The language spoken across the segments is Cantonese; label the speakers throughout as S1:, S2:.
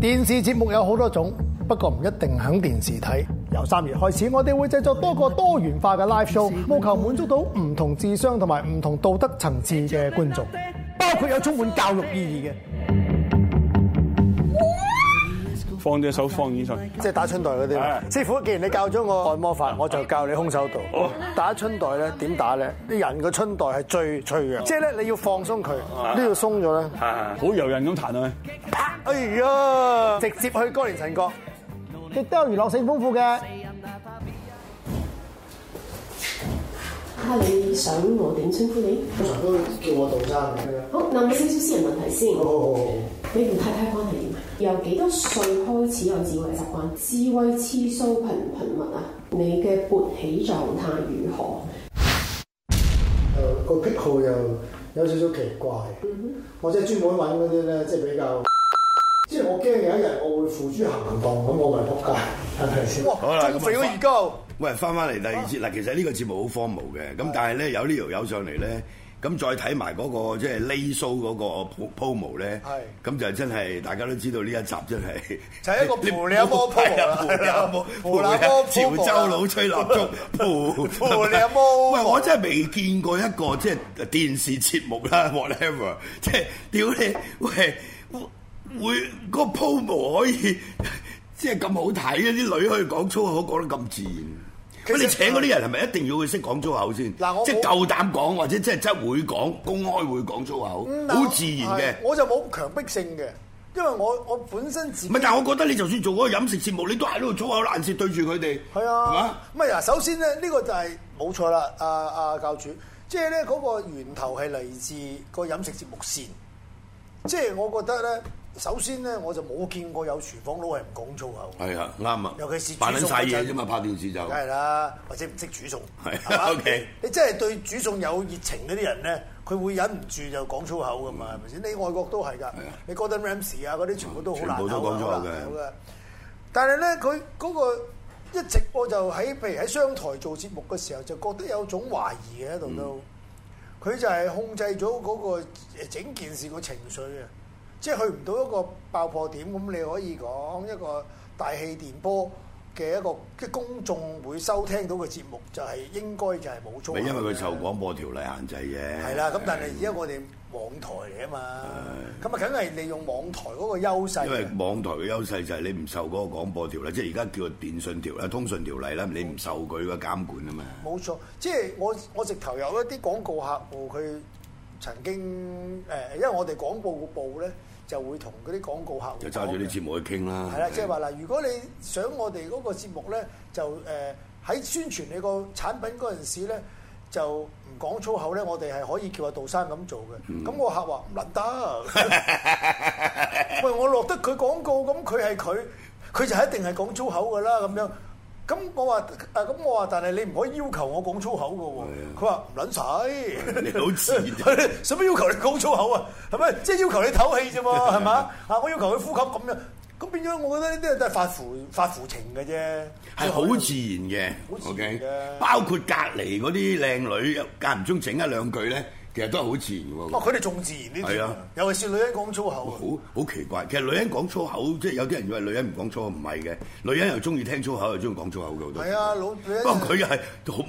S1: 電視節目有好多種，不過唔一定喺電視睇。由三月開始，我哋會製作多個多元化嘅 live show，務求滿足到唔同智商同埋唔同道德層次嘅觀眾，包括有充滿教育意義嘅，
S2: 放隻手放椅上，
S3: 即係打春袋嗰啲
S1: 啊
S2: 係。
S3: 師傅，既然你教咗我按摩法，我就教你空手道。
S1: 哦
S3: 打春袋咧點打咧？啲人個春袋係最脆弱，即係咧你要放鬆佢，呢度鬆咗咧，
S2: 好柔韌咁彈落去。
S3: 啪！哎呀，直接去哥連臣角。
S1: 亦都有娛樂性豐富嘅。
S4: 啊，你想我點稱呼你？
S3: 通常都叫我杜生嘅。
S4: 好，嗱，問少少私人問題先。
S3: 哦，
S4: 你同太太關係點啊？由幾多歲開始有自慰習慣？自慰次數頻唔頻密啊？你嘅勃起狀態如何？
S3: 誒個癖好又有少少奇怪。我即係專門揾嗰啲咧，即係比較，即係我驚有一日我會付諸行動，咁我咪仆街，係咪先？
S5: 好啦咁啊
S3: 肥咗而家。
S5: 喂，翻翻嚟第二節嗱，其實呢個節目好荒謬嘅，咁但係咧有呢條友上嚟咧，咁再睇埋嗰個即係 lay show 嗰個 po- promo 咧
S3: 係，
S5: 咁就真係大家都知道呢一集真係
S3: 就 係一個蒲你阿摩 promo
S5: 係
S3: 啦
S5: 啊蒲你阿摩
S3: 蒲你阿摩
S5: 蒲你
S3: promo
S5: 潮州佬吹蠟燭， 蒲
S3: 蒲啊你阿摩
S5: 喂，我真係未見過一個即係電視節目啦，whatever，即係屌你喂會嗰個 promo 可以即係咁好睇啊！啲女可以講粗口講得咁自然。
S3: 其實
S5: 咁你請嗰啲人係咪一定要佢識講粗口先？
S3: 嗱我
S5: 即
S3: 我
S5: 係夠膽講，或者即係真係會講，公開會講粗口，好自然嘅
S3: 嗯係。我就冇強迫性嘅，因為我我本身自己
S5: 唔係，但係我覺得你就算做嗰個飲食節目，你都喺度粗口爛舌對住佢哋，
S3: 係
S5: 係嘛
S3: 啊？，唔係嗱，首先咧呢、呢個就係冇錯啦，阿、阿、教主，即係咧嗰個源頭係嚟自個飲食節目線，即係我覺得咧，首先咧我就冇見過有廚房佬係唔講粗口。
S5: 係啊，啱啊。
S3: 尤其是
S5: 扮
S3: 煮
S5: 撚
S3: 餸
S5: 晒
S3: 嗰
S5: 嘢
S3: 陣
S5: 啫嘛，拍電視就
S3: 梗係啦，或者唔識煮餸，
S5: 係
S3: 係嘛
S5: OK
S3: 你真係對煮餸有熱情嗰啲人咧，佢會忍唔住就講粗口噶嘛，
S5: 嗯
S3: 係咪先？你外國都係㗎，你 Gordon Ramsay 啊嗰啲全部都好難
S5: 全部都講粗口嘅
S3: 好難口嘅。但係咧，佢嗰個一直我就喺譬如喺商台做節目嘅時候，就覺得有種懷疑嘅喺度
S5: 嗯
S3: 都。佢就係控制咗嗰個整件事個情緒啊，即係去唔到一個爆破點咁，你可以講一個大氣電波嘅一個即係公眾會收聽到嘅節目，就係、應該就係冇粗口
S5: 咪
S3: 嘅。
S5: 因為佢受廣播條例限制嘅。
S3: 係啦，咁但係而家我哋網台嚟啊嘛，咁啊梗係利用網台嗰個優勢。
S5: 因為網台嘅優勢就係你唔受嗰個廣播條例，即係而家叫做電信條例、通訊條例啦，你唔受佢嘅監管啊嘛。
S3: 冇錯，即係我我直頭有一啲廣告客戶，佢曾經誒、呃因為我哋廣告部咧就會同嗰啲廣告客戶
S5: 就揸住
S3: 講嘅
S5: 啲節目去傾啦。
S3: 係啦，即係話嗱，如果你想我哋嗰個節目咧，就誒喺、宣傳你個產品嗰陣時咧，就唔講粗口咧，我哋係可以叫阿杜生咁做嘅。咁、我客話唔能得，喂，我落得佢廣告，咁佢係佢，佢就一定係講粗口噶啦咁樣。咁我話誒，咁我話，但係你唔可以要求我講粗口嘅喎。佢話唔撚使，
S5: 你好 自然
S3: 係使乜要求你講粗口啊？係咪？即係要求你唞氣啫嘛，係嘛？啊，我要求佢呼吸咁樣，咁變咗我覺得呢啲都係發乎發乎情嘅啫。
S5: 係好自然嘅
S3: 好自然
S5: ，OK
S3: 嘅。
S5: 包括隔離嗰啲靚女，間唔中整一兩句咧，其實都係好自然
S3: 哦，
S5: 喎。
S3: 佢哋仲自然呢
S5: 係
S3: 啲
S5: 啊，
S3: 尤其是女人講粗口啊。
S5: 好好奇怪，其實女人講粗口，即係有啲人以為女人唔講粗口，唔係嘅。女人又中意聽粗口，又中意講粗口嘅好多。
S3: 係啊，老女人
S5: 不過佢又係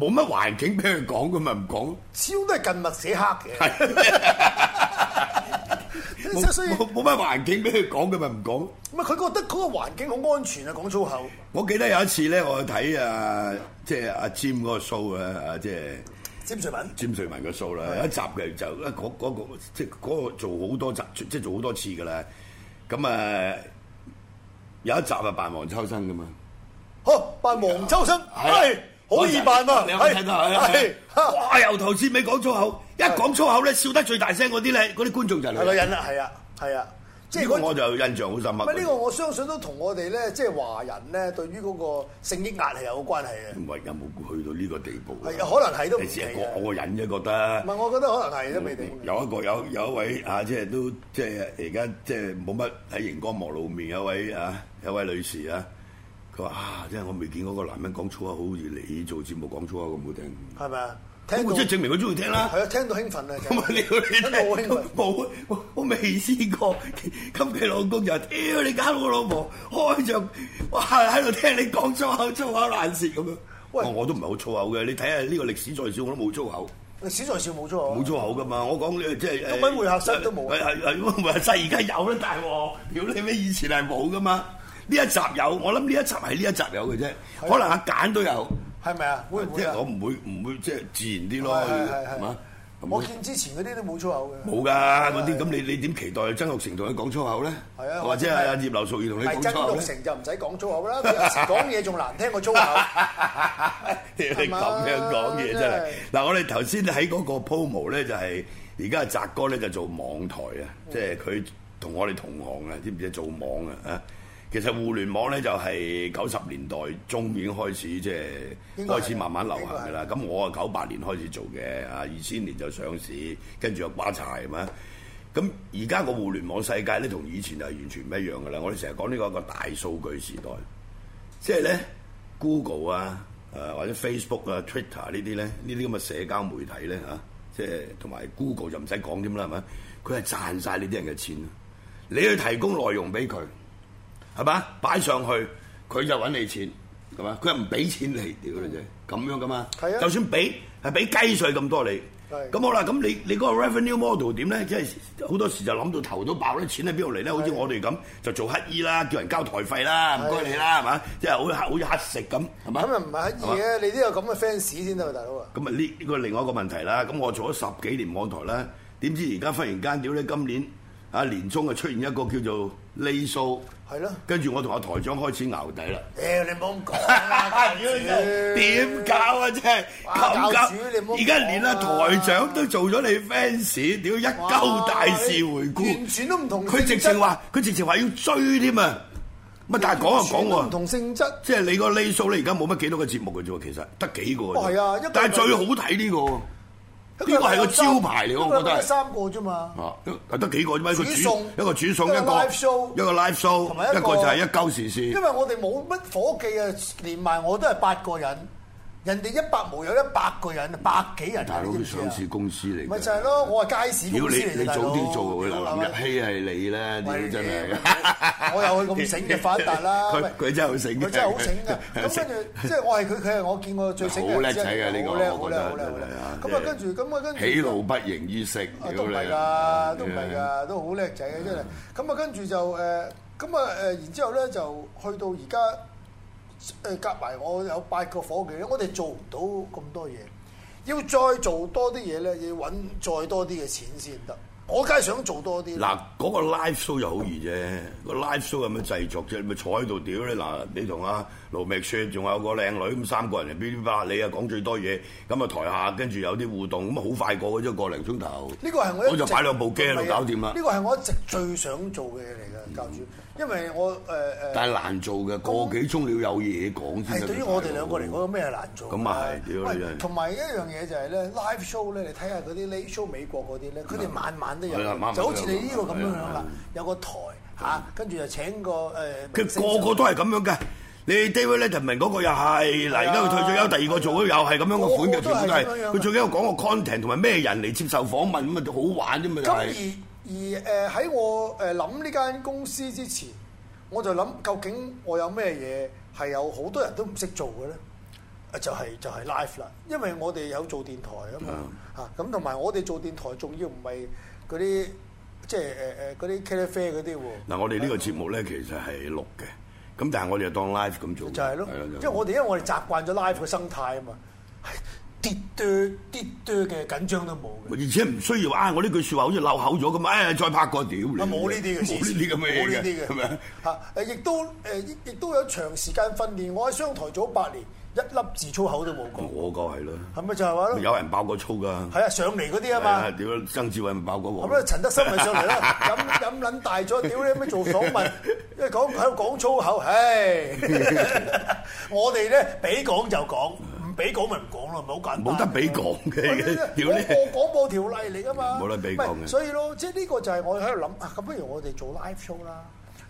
S5: 冇乜環境俾佢講，佢咪唔講。
S3: 始終都係近墨寫黑 嘅。
S5: 冇
S3: 所以
S5: 冇冇乜環境俾佢講，佢咪唔講。
S3: 唔係佢覺得嗰個環境好安全啊，講粗口。
S5: 我記得有一次咧，我去睇啊，即係阿詹嗰個 show 啊，啊即係
S3: 詹瑞文
S5: 詹瑞文個 show 啦，有一集嘅就嗰嗰、個即係嗰個做好多集，即係做好多次噶啦。咁啊，有一集啊扮黃秋生噶嘛，
S3: 好扮黃秋
S5: 哎
S3: 生，係啊好易扮啊，哎
S5: 你有冇睇到啊？係
S3: 係
S5: 啊哇！由頭至尾講粗口，一講粗口咧，笑得最大聲嗰啲咧，嗰啲觀眾就係
S3: 係女人啦，係啊，係啊，即係
S5: 呢
S3: 嗰
S5: 個我就印象好深刻。
S3: 唔係呢個，我相信都同我哋咧，即係華人咧，對於嗰個性抑壓係有關係嘅。
S5: 唔係有冇去到呢個地步啊？
S3: 係可能係都唔
S5: 你只係
S3: 奇嘅
S5: 個個人啫，覺得
S3: 唔。係，我覺得可能係都未定。
S5: 有一個有有一位啊，即係都即係而家即係冇乜喺熒光幕露面有位啊有位女士啊，佢話啊，即係我未見嗰個男人講粗口好似你做節目講粗口咁好聽。
S3: 係咪啊？
S5: 咁
S3: 聽到
S5: 即係證明佢中意聽啦。
S3: 係啊，聽到興奮啊，就
S5: 咁啊！你
S3: 聽到好興奮
S5: 你。冇我啊我未試過，咁佢老公就話屌你搞到我老婆開着，哇喺度聽你講粗口粗口爛舌咁樣。
S3: 喂
S5: 喂，我都唔係好粗口嘅，你睇下呢個歷史在少，我都冇粗口，
S3: 歷史在笑冇錯啊，
S5: 冇粗口噶嘛。我講呢即係
S3: 中文會客室都冇啊
S5: 係係係中文啊會客室而家有啦，大鑊！屌你咩？以前係冇噶嘛。呢一集有，我諗呢一集係呢一集有嘅啫，可能阿簡都有，
S3: 係咪啊？會唔
S5: 即
S3: 會
S5: 係
S3: 啊
S5: 我？唔會唔會即係自然啲咯，
S3: 係係係係
S5: 係嘛？咁
S3: 我見之前嗰啲都冇粗口嘅，
S5: 冇噶嗰啲，咁你你點期待曾玉成同佢講粗口咧？
S3: 係啊
S5: 或者係阿葉劉淑儀同
S3: 唔
S5: 你
S3: 係
S5: 講粗
S3: 曾
S5: 口
S3: 玉
S5: 呢
S3: 成就唔使講粗口啦，佢有時講嘢仲難聽過粗口。
S5: 你咁樣講嘢真係嗱，我哋頭先喺嗰個 promo 咧，就係而家阿澤哥咧就做網台啊，
S3: 嗯
S5: 即係佢同我哋同行啊，知唔知做網啊？啊，其實互聯網咧就係九十年代中已經開始即係
S3: 應該係啊
S5: 開始慢慢流行㗎啦。咁我啊九八年開始做嘅，啊二千年就上市，跟住又瓜柴係嘛。咁而家個互聯網世界咧，同以前係完全唔一樣㗎啦。我哋成日講呢個一個大數據時代。即係咧，Google 啊，誒、或者 Facebook 啊、Twitter 呢啲咧，呢啲咁嘅社交媒體咧嚇、啊即係同埋 Google 就唔使講添啦，係咪？佢係賺晒呢啲人嘅錢啊你去提供內容俾佢，係嘛？擺上去佢就揾你錢，係嘛？佢又唔俾錢你，屌你啫，咁樣噶嘛？
S3: 係啊
S5: 就算俾係俾雞碎咁多你。
S3: 係
S5: 咁好啦，咁你你嗰個 revenue model 點咧？即係好多時就諗到頭都爆，啲錢喺邊度嚟咧？好似我哋咁就做乞衣啦，叫人交台費啦，唔該你啦，係嘛？即係好似好似乞食咁，係嘛？
S3: 咁又唔係乞
S5: 係嘛
S3: 意嘅，你都有咁嘅 fans 先得喎，大佬啊！
S5: 咁啊呢呢個另外一個問題啦。咁我做咗十幾年網台啦，點知而家忽然間屌咧，今年啊年中啊出現一個叫做利數，
S3: 係咯
S5: 跟住我同阿台長開始淆底啦。
S3: 屌你唔好咁講啦，
S5: 屌你真係點搞啊！真係
S3: 哇
S5: 冚
S3: 教
S5: 家
S3: 主你唔好
S5: 而家連阿
S3: 講啊
S5: 台長都做咗你 fans，屌一鳩大事回顧，
S3: 完全都唔同性質
S5: 佢直情話，佢直情話要追添啊！乜但係講就
S3: 完全都
S5: 講
S3: 唔
S5: 喎。
S3: 同性質。
S5: 即係你個 lay 數，你而家冇乜幾多個節目嘅啫喎，其實得幾個嘅啫。
S3: 哦係啊一個
S5: 但係最好睇呢個喎，呢個係個招牌嚟，我覺得
S3: 一個禮拜有
S5: 係。
S3: 三個啫嘛。
S5: 啊，一得幾個啫嘛？一個
S3: 煮
S5: 煮
S3: 餸
S5: 一個煮餸，
S3: 一個
S5: 一個
S3: live show，
S5: 一個 live show，
S3: 同埋一個
S5: 一個就係一鳩時事。
S3: 因為我哋冇乜伙計啊，連埋我都係八個人，人哋一百毛有一百個人，百幾人啊。
S5: 大佬
S3: 你知唔
S5: 佢
S3: 知啊
S5: 上市公司嚟㗎。
S3: 咪就係咯，我係街市
S5: 屌
S3: 公司
S5: 你！
S3: 嚟
S5: 你
S3: 嘅，大
S5: 早
S3: 佬
S5: 啲做會流林
S3: 屌
S5: 日希係你啦，屌
S3: 喂
S5: 真係。
S3: 我有佢咁醒嘅發達啦
S5: 佢
S3: 喂
S5: 佢真係好醒嘅，
S3: 佢真係好醒 㗎，咁跟住即係我係佢，佢係我見過最醒嘅人
S5: 好叻仔
S3: 之一
S5: 嘅呢個，
S3: 好叻，好
S5: 我覺
S3: 叻，
S5: 得
S3: 好叻，好叻
S5: 真
S3: 咁
S5: 係
S3: 啊，跟住咁啊，跟住
S5: 喜怒不形於色，
S3: 啊
S5: 屌
S3: 都唔
S5: 你
S3: 係㗎，都唔係㗎，都好叻仔嘅真係。咁啊，跟住就誒，咁啊誒，然之後咧就去到而家誒夾埋我有八個伙計咧，我哋做唔到咁多嘢，要再做多啲嘢咧，要揾再多啲嘅錢先得。我梗係想做多啲啦。
S5: 嗱，嗰個 live show 又好易啫，個 live show 有咩製作啫？你咪坐喺度屌你嗱，你同阿盧覓雪仲有個靚女咁三個人嚟噼哩啪啦，你啊講最多嘢，咁啊台下跟住有啲互動，咁啊好快過嘅啫，個零鐘頭。
S3: 呢個係我一直
S5: 我就擺兩部機喺
S3: 唔
S5: 度
S3: 係啊
S5: 搞掂啦
S3: 呢。個係我一直最想做嘅嘢嚟㗎，教主，因為我誒誒
S5: 但係難做嘅，個幾鐘你要有嘢講先
S3: 係
S5: 得。
S3: 對於我哋兩個嚟講，咩難做㗎？
S5: 咁啊係屌你
S3: 喂
S5: 真係
S3: 同埋一樣嘢就係咧，live show 咧，你睇下嗰啲 live show 美國嗰啲咧，佢哋晚晚都有
S5: 嗯係啦晚晚，
S3: 就好似
S5: 都有
S3: 你呢個咁樣
S5: 係
S3: 樣啦
S5: 啊，
S3: 有個台嚇，跟住就請個誒
S5: 佢個個都係咁樣嘅。你 David Letterman 嗰個又係，嗱而家佢退咗休，第二個做咗又係咁樣嘅款嘅，
S3: 啊個個都係
S5: 全部
S3: 咁樣
S5: 都係。
S3: 樣
S5: 佢最緊要講個 content 同埋咩人嚟接受訪問咁啊，就好玩啫嘛，就
S3: 咁
S5: 係。
S3: 而而誒呃喺我誒諗呢間公司之前，我就諗究竟我有咩嘢係有好多人都唔識做嘅咧？誒就係、就係、live 啦，因為我哋有做電台啊嘛嚇，咁同埋我哋做電台仲要唔係嗰啲即係誒誒嗰啲 k a f e 嗰啲喎，
S5: 嗱，我哋呢個節目咧其實係錄嘅，咁但係我哋就當 live 咁做嘅。
S3: 就係咯
S5: 係啦，
S3: 因為我哋因為我哋習慣咗 live 嘅生態啊嘛，係跌多跌多嘅緊張都冇嘅。
S5: 而且唔需要啊！我呢句説話好似漏口咗咁，哎呀再拍過屌你！
S3: 啊冇呢啲嘅，
S5: 冇呢啲咁啊嘅嘢
S3: 冇呢
S5: 嘅，
S3: 啲嘅，
S5: 係咪？
S3: 嚇誒，亦都誒，亦亦都有長時間訓練。我喺商台做咗八年，一粒字粗口都冇講，
S5: 我個係啦，
S3: 係咪就係話咯？
S5: 有人爆過粗㗎。
S3: 係啊，上嚟嗰啊啲啊
S5: 係啊
S3: 嘛。
S5: 屌，曾志偉咪爆過
S3: 咁啊
S5: 鑊。
S3: 咧，陳德森咪上嚟 咯，飲飲撚大咗，屌你咩做訪 問，因為講喺度講粗口， 唉！我哋咧俾講就講，唔俾講咪唔講咯，咪好簡單。
S5: 冇得俾講嘅
S3: 係啊，
S5: 屌
S3: 廣
S5: 你！
S3: 播廣播條例嚟噶嘛，
S5: 冇得比
S3: 唔係
S5: 講嘅
S3: 所以咯，即係呢個就係我喺度諗啊，咁不如我哋做 live show 啦，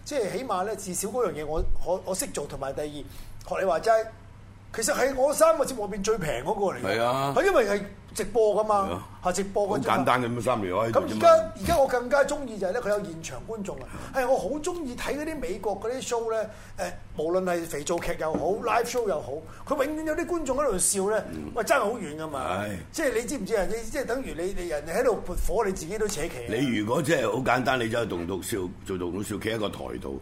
S3: 即係起碼咧，至少嗰樣嘢我我我識做，同埋第二學你話齋，其實係我三個節目入邊最平嗰個嚟嘅。
S5: 係啊
S3: 係因為係直播噶
S5: 係
S3: 嘛
S5: 啊，
S3: 係直播
S5: 好
S3: 嗰陣
S5: 簡。單嘅咁三條友喺
S3: 咁
S5: 度
S3: 而
S5: 啫
S3: 家
S5: 嘛。
S3: 而家我更加中意就係咧，佢有現場觀眾啊！係我好中意睇嗰啲美國嗰啲 show 咧，誒無論係肥皂劇又好，live show 又好，佢永遠有啲觀眾喺度笑咧，
S5: 嗯
S3: 喂爭好遠噶嘛
S5: 係！
S3: 即係你知唔知啊？你即係等於你你人哋喺度撥火，你自己都扯旗啊。
S5: 你如果即係好簡單，你走去棟篤笑做棟篤笑，企喺個台度，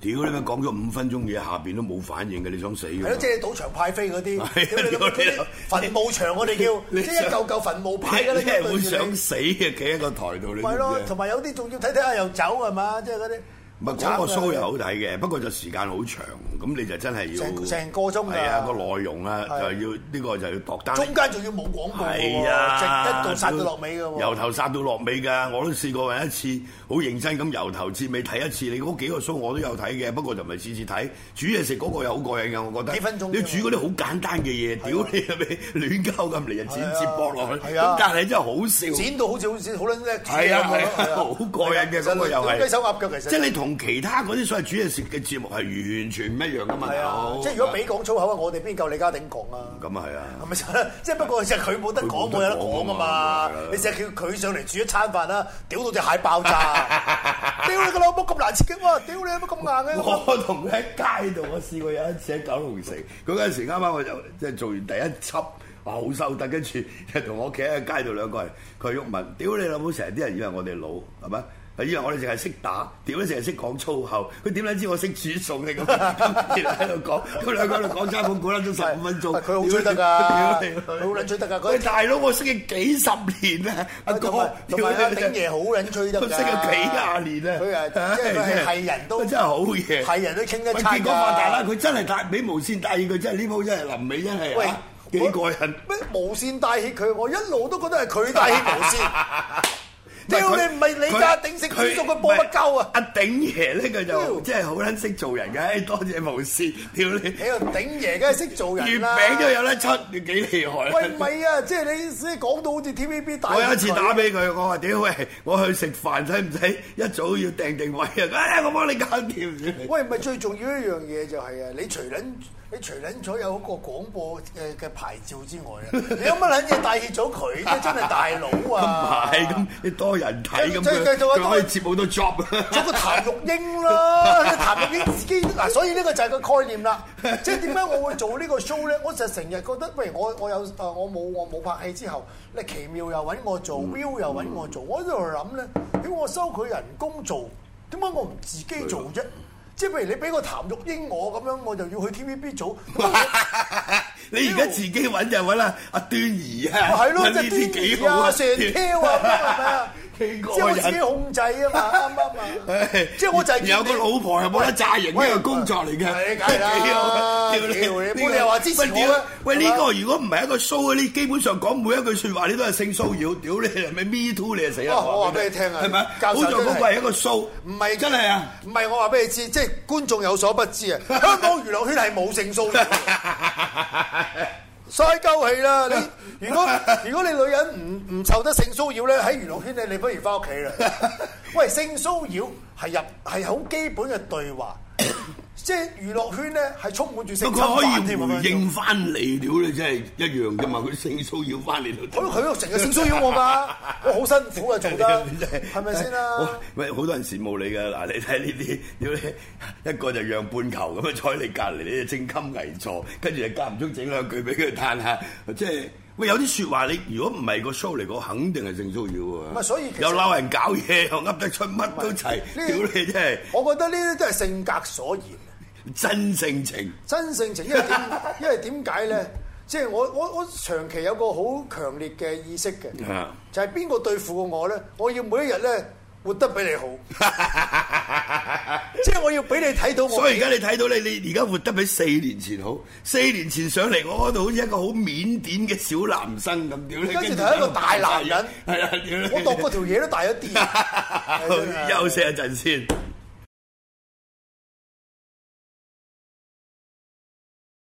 S5: 屌你咪講咗五分鐘嘢，下邊都冇反應嘅，你想死㗎
S3: 係咯，即係賭場派飛嗰啲，
S5: 係
S3: 屌你老母嗰啲墳墓場我哋叫，
S5: 你
S3: 即係一嚿嚿墳墓牌㗎啦，
S5: 你係會
S3: 對住
S5: 想
S3: 你
S5: 死嘅，企喺個台度你知唔
S3: 咪
S5: 知
S3: 咯，同
S5: 啊？
S3: 埋有啲仲要睇睇下又走係嘛，即係嗰啲。啊
S5: 唔係嗰個 show 又好睇嘅，不過就時間好長，咁你就真係要
S3: 成成個鐘㗎
S5: 係啊，個內容啊，
S3: 係
S5: 就要呢個就要度單。
S3: 中間仲要冇廣告嘅喎，
S5: 係
S3: 直
S5: 啊，
S3: 一到殺到落尾嘅喎。
S5: 由頭殺到落尾㗎，我都試過揾一次，好認真咁由頭至尾睇一次。你嗰幾個 show 我都有睇嘅，不過就唔係次次睇。煮嘢食嗰個又好過癮㗎，我覺得。
S3: 幾分鐘啫啊
S5: 你煮嗰啲好簡單嘅嘢，屌你係咪亂鳩咁嚟就剪接駁落去？
S3: 係啊
S5: 咁但係真係好笑。
S3: 剪到好似好似好撚叻，
S5: 係啊係
S3: 係
S5: 啊，好過癮嘅嗰個又係。
S3: 雞手鴨腳其實。
S5: 即係你同其他嗰啲所謂煮嘢食嘅節目係完全唔一樣㗎嘛。
S3: 係啊
S5: 大佬，
S3: 即係如果俾講粗口啊，我哋邊夠李家鼎講啊？
S5: 嗯咁啊係啊。
S3: 係咪先？ 即係不過就係佢冇得講，
S5: 佢冇
S3: 冇
S5: 得
S3: 有得講啊
S5: 講啊
S3: 嘛
S5: 嘛！
S3: 你成日叫佢上嚟煮一餐飯啦，屌到隻蟹爆 炸！屌你個老母咁難切嘅喎！屌你乜咁啊硬嘅？
S5: 我同佢喺街度，我試過有一次喺九龍城，嗰陣時啱啱我就即係做完第一輯，哇好收得，跟住就同我企喺街度兩個人，佢鬱文，屌你老母，成日啲人以為我哋老係咪？佢以為我哋淨係識打，屌你淨係識講粗口，佢點解知我識煮餸咧咁？咁然後喺度講，咁兩個喺度講齋本古啦，都十五分鐘，
S3: 佢好追得㗎
S5: 屌你
S3: 佢好撚追得㗎嗰
S5: 喂大佬，我識佢幾十年啊，阿哥
S3: 同埋，同埋阿鼎爺好撚吹得
S5: 佢
S3: 㗎，
S5: 識咗幾廿年啦，
S3: 佢啊，即係佢係
S5: 唉
S3: 係人都
S5: 真係好嘢，
S3: 係人都傾得
S5: 喂
S3: 餐
S5: 結
S3: 㗎
S5: 果發達啦，佢真係帶俾無線帶佢真係呢鋪真係臨尾真係
S3: 喂
S5: 啊幾過癮。
S3: 咩無線帶起佢，我一路都覺得係佢帶起無線。屌
S5: 佢
S3: 你唔係李家鼎食煮餸佢波乜鳩啊
S5: 唔係阿鼎爺咧，佢
S3: 屌
S5: 就真係好撚識做人嘅，唉多謝無線，屌你
S3: 你又頂爺梗係識做
S5: 月
S3: 人啦。
S5: 餅都有得出，你幾厲害啊
S3: 喂，唔係啊，即係你先講到好似 TVB 大。
S5: 我有一次打俾佢，我話：屌喂，我去食飯使唔使一早要訂定位啊？哎我幫你搞掂。
S3: 喂，唔係最重要一樣嘢就係啊，你除撚你除撚咗有一個廣播嘅嘅牌照之外啊，你有乜撚嘢帶挈咗佢啫？真係大佬啊！
S5: 咁唔係咁，你多人睇咁
S3: 繼續
S5: 佢
S3: 繼續啊
S5: 佢可以接好多 job 啊。
S3: 做個譚玉英啦，譚玉英自己嗱，所以呢個就係個概念啦。即係點解我會做呢個 show 咧？我就成日覺得，不如我我有誒呃我冇我冇拍戲之後，你奇妙又揾我做，Will
S5: 嗯
S3: 又揾我做，我喺度諗咧，點我收佢人工做，點解我唔自己做啫？即係譬如你俾個譚玉英我咁樣，我就要去 TVB 做，
S5: 你而家自己揾就揾啦，阿端兒啊，
S3: 係咯，
S5: 揾
S3: 即
S5: 呢啲
S3: 係
S5: 幾
S3: 端兒
S5: 好
S3: 啊、
S5: 啊，
S3: 成挑啊，咁樣係咪 啊？
S5: 幾過癮
S3: 即係我自己控制啊嘛，啱唔啱啊？
S5: 唉
S3: 即係我就係見你
S5: 有個老婆又冇得炸型呢個工作嚟嘅，
S3: 喂梗係啦
S5: 幾好啊
S3: 屌你
S5: 呢個
S3: 你又話支持我
S5: 喂屌
S3: 啊
S5: 喂呢
S3: 係嘛
S5: 個如果唔係一個 show 呢，基本上講每一句説話你都係性騷擾，屌你係咪 me too 你就死啦！
S3: 哇我話俾你聽啊
S5: 係咪？
S3: 教
S5: 好
S3: 授
S5: 在
S3: 真係
S5: 嗰個係一個 show，
S3: 唔係
S5: 真係啊！
S3: 唔係我話俾你知，即係觀眾有所不知啊！ 香港娛樂圈係冇性騷擾嘅，嘥鳩氣啦！你 如果如果你女人唔唔受得性騷擾咧，喺娛樂圈咧，你不如翻屋企 啦。喂，性騷擾係入係好基本嘅對 話，即係娛樂圈咧係充滿住性
S5: 不
S3: 侵
S5: 過可以
S3: 犯添啊咁
S5: 回
S3: 樣
S5: 應。翻你，屌你真係一樣啫嘛！佢性騷擾翻你都
S3: 咁佢成日性騷擾我 㗎，我好辛苦啊做得
S5: 你真，
S3: 係咪先啊
S5: 我
S3: 啦？
S5: 喂，好多人羨慕你㗎嗱，你睇呢啲， 屌你一個就讓半球咁啊，坐喺你隔離，你就正襟危坐，跟住又間唔中整兩句俾佢嘆下，即係喂有啲説話你如果唔係個 show 嚟講，肯定係性騷擾喎。
S3: 唔係所以其實
S5: 又鬧人搞嘢，又噏得出乜都 齊，
S3: 呢
S5: 屌你真係
S3: 我覺得呢啲都係性格所言。啊
S5: 真性情。
S3: 真性情，因為點？ 因為點解咧？即係我我我長期有個好強烈嘅意識嘅
S5: 啊，
S3: 就係邊個對付過我咧？我要每一日咧活得比你 好，即係我要俾你睇到我。
S5: 所以而家你睇到你，你而家活得比四年前好。四年前上嚟我嗰度好似一個好腼腆嘅小男生咁，屌你！
S3: 跟住就係一個大男人
S5: 係啊，屌你！
S3: 我度嗰條嘢都大咗啲，係真係啊
S5: 休息一陣先。